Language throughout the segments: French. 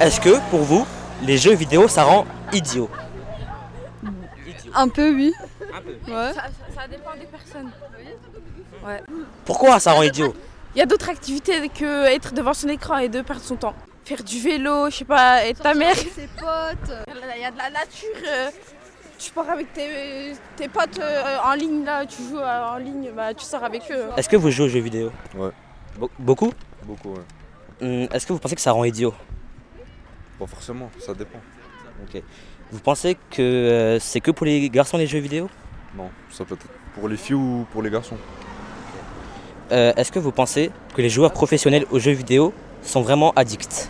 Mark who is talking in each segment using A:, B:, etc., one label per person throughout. A: Est-ce que, pour vous, les jeux vidéo, ça rend idiot
B: Un peu, oui.
A: Un peu.
B: Ouais.
C: Ça, ça- ça dépend des personnes.
A: Pourquoi ça rend idiot
C: Il y a d'autres activités que être devant son écran et de perdre son temps. Faire du vélo, je sais pas, être ta mère.
B: Avec ses potes.
C: Il y a de la nature. euh, tu pars avec tes, tes potes euh, en ligne là, tu joues euh, en ligne, bah, tu sors avec eux.
A: Est-ce que vous jouez aux jeux vidéo
D: Ouais.
A: Be- beaucoup
D: Beaucoup, ouais.
A: Hum, Est-ce que vous pensez que ça rend idiot
D: Pas forcément, ça dépend.
A: Vous pensez que euh, c'est que pour les garçons les jeux vidéo
D: Non, ça peut être pour les filles ou pour les garçons.
A: Euh, Est-ce que vous pensez que les joueurs professionnels aux jeux vidéo sont vraiment addicts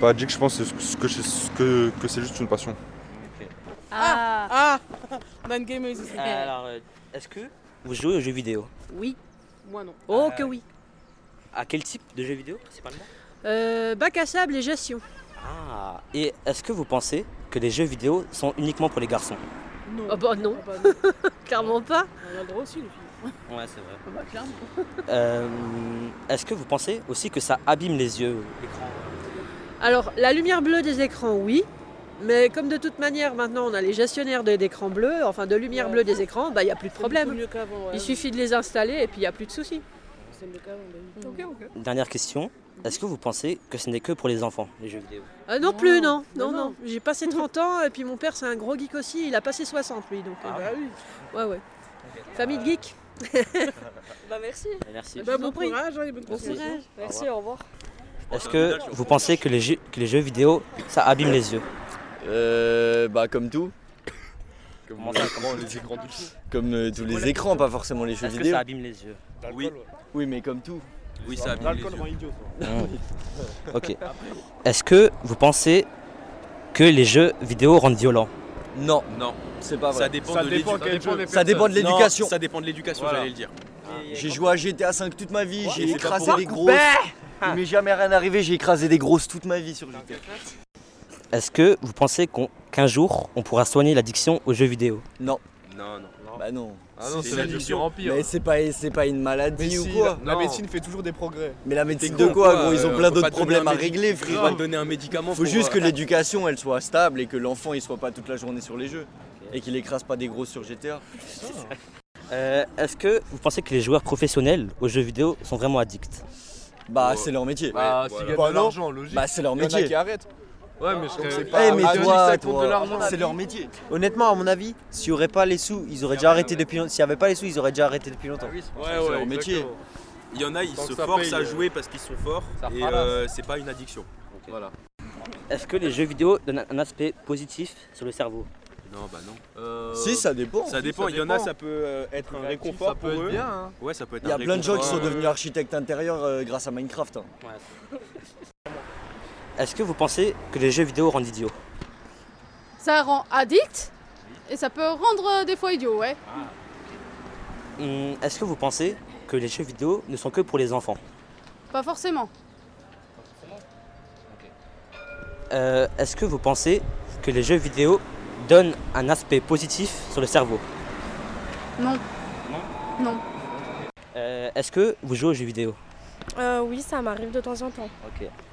D: Pas addict, je pense que c'est ce que, je- ce que, que c'est juste une passion.
C: Ah, Euh.
E: Ah Bonne gameuse aussi.
A: Alors, euh, est-ce que vous jouez aux jeux vidéo
E: Oui. Moi non. Oh que oui.
A: À quel type de jeux vidéo principalement
E: Euh, bac à sable et gestion.
A: Ah, et est-ce que vous pensez que les jeux vidéo sont uniquement pour les garçons
E: Non. Oh bah non. Clairement pas.
A: Ouais, c'est vrai.
E: Bah,
A: Euh, est-ce que vous pensez aussi que ça abîme les yeux
E: Alors, la lumière bleue des écrans, oui. Mais comme de toute manière, maintenant, on a les gestionnaires de- d'écrans bleus, enfin de lumière bleue des écrans, bah il n'y a plus de problème. Il suffit de les installer et puis il n'y a plus de soucis.
C: Mm.
A: Dernière question, est-ce que vous pensez que ce n'est que pour les enfants, les jeux vidéo
E: Euh, non, plus, non. Non, non. J'ai passé 30 ans et puis mon père, c'est un gros geek aussi. Il a passé 60, lui. Donc, euh,
A: Ah
E: ouais, ouais. Famille de geeks.
A: Merci.
E: Bah, bon courage, bon courage.
A: Merci,
E: au revoir.
A: Est-ce que vous pensez que les jeux, que les jeux vidéo, ça abîme les yeux
F: Euh, bah comme tout,
A: Comment ça, comment-
F: comme euh, tous les
A: problème.
F: écrans, pas forcément les jeux
A: Est-ce que
F: vidéo.
A: ça abîme les yeux
G: Oui,
F: Oui, mais comme tout.
G: oui, ça abîme les yeux.
A: Ok. Est-ce que vous pensez que les jeux vidéo rendent violents
F: Non,
G: Non,
F: c'est pas
G: ça
F: vrai.
G: dépend de l'éducation.
F: Ça dépend de l'éducation.
G: Non, Ça dépend de l'éducation, j'allais le dire.
F: J'ai joué à GTA 5 toute ma vie, j'ai
G: c'est
F: écrasé des grosses. Il m'est jamais rien arrivé, j'ai écrasé des grosses toute ma vie sur GTA.
A: Est-ce que vous pensez qu'on- qu'un jour, on pourra soigner l'addiction aux jeux vidéo
G: Non, Ah non.
F: Bah non.
G: c'est une addiction.
F: Mais c'est pas, c'est pas une maladie ou quoi
H: La médecine fait toujours des progrès.
F: Mais la médecine
G: bah, con,
F: de quoi,
G: quoi,
F: gros Ils
G: euh,
F: ont plein
G: faut
F: d'autres
G: pas te donner
F: problèmes
G: un
F: à
G: médic-
F: régler,
G: On
F: frérot.
G: va te donner un médicament.
F: Faut
G: pour,
F: juste que
G: euh,
F: l'éducation elle soit stable et que l'enfant il soit pas toute la journée sur les jeux et qu'il écrase pas des grosses sur GTA.
A: Euh, Est-ce que vous pensez que les joueurs professionnels aux jeux vidéo sont vraiment addicts
F: Bah
G: Ouais.
F: c'est leur métier.
H: Bah, s'il y a de l'argent, logique.
F: Bah c'est leur
H: Il y en a
F: métier.
H: qui arrêtent. Ouais, mais je
F: Eh,
H: pas
G: Bah,
F: mais
H: Ah,
F: toi,
H: ça compte de l'argent.
F: toi, c'est leur métier.
I: Honnêtement, à mon avis, s'il n'y aurait pas les sous, ils
G: Ah
I: auraient déjà arrêté depuis longtemps. S'il n'y avait pas les sous, ils auraient déjà arrêté depuis longtemps.
G: Ouais,
F: c'est
G: ouais.
F: leur métier.
G: Il y en a, ils
H: Tant
G: se
H: que ça
G: forcent
H: paye,
G: à
H: euh,
G: jouer parce qu'ils sont forts.
H: ça
G: Et
H: ralasse.
G: euh, c'est pas une addiction. Voilà.
A: Est-ce que les jeux vidéo donnent un aspect positif sur le cerveau
G: Non, bah non.
F: Si ça dépend.
G: Ça dépend, il y en a, ça peut euh, être un réconfort pour eux.
H: hein.
G: Ouais, ça peut être
F: Il y a
G: un
F: plein de gens qui sont
G: réconfort,
F: devenus architectes intérieurs euh, grâce à Minecraft. hein.
A: Est-ce que vous pensez que les jeux vidéo rendent idiots
B: Ça rend addict et ça peut rendre euh, des fois idiot, ouais.
A: Hum, Est-ce que vous pensez que les jeux vidéo ne sont que pour les enfants
B: Pas forcément.
A: Euh, Est-ce que vous pensez que les jeux vidéo donnent un aspect positif sur le cerveau
B: Non. Non Non.
A: Euh, Est-ce que vous jouez aux jeux vidéo
C: Euh, oui, ça m'arrive de temps en temps.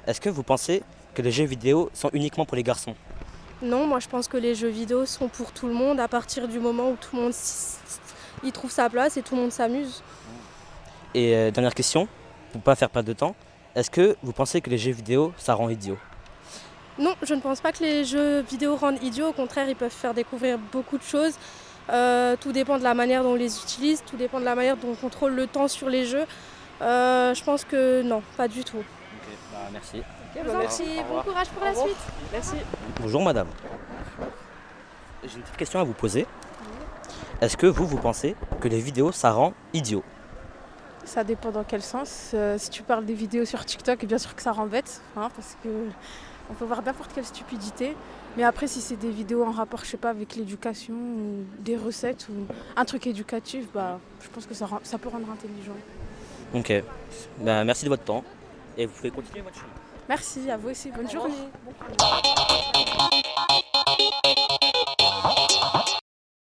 A: Est-ce que vous pensez que les jeux vidéo sont uniquement pour les garçons
C: Non, moi je pense que les jeux vidéo sont pour tout le monde à partir du moment où tout le monde s- s- y trouve sa place et tout le monde s'amuse.
A: Et euh, dernière question, pour pas faire perdre de temps, est-ce que vous pensez que les jeux vidéo ça rend idiot
C: Non, je ne pense pas que les jeux vidéo rendent idiots, au contraire, ils peuvent faire découvrir beaucoup de choses. Euh, tout dépend de la manière dont on les utilise, tout dépend de la manière dont on contrôle le temps sur les jeux. Euh, je pense que non, pas du tout.
A: Merci.
C: Merci, bon courage pour la suite.
A: Bonjour madame. J'ai une petite question à vous poser. Est-ce que vous, vous pensez que les vidéos ça rend idiot
J: Ça dépend dans quel sens. Euh, si tu parles des vidéos sur TikTok, bien sûr que ça rend bête, hein, parce que on peut voir n'importe quelle stupidité. Mais après, si c'est des vidéos en rapport, je sais pas, avec l'éducation ou des recettes ou un truc éducatif, bah, je pense que ça, rend- ça peut rendre intelligent.
A: Ok. Ben, merci de votre temps et vous pouvez continuer votre chemin.
J: Merci à vous aussi. Bonne journée.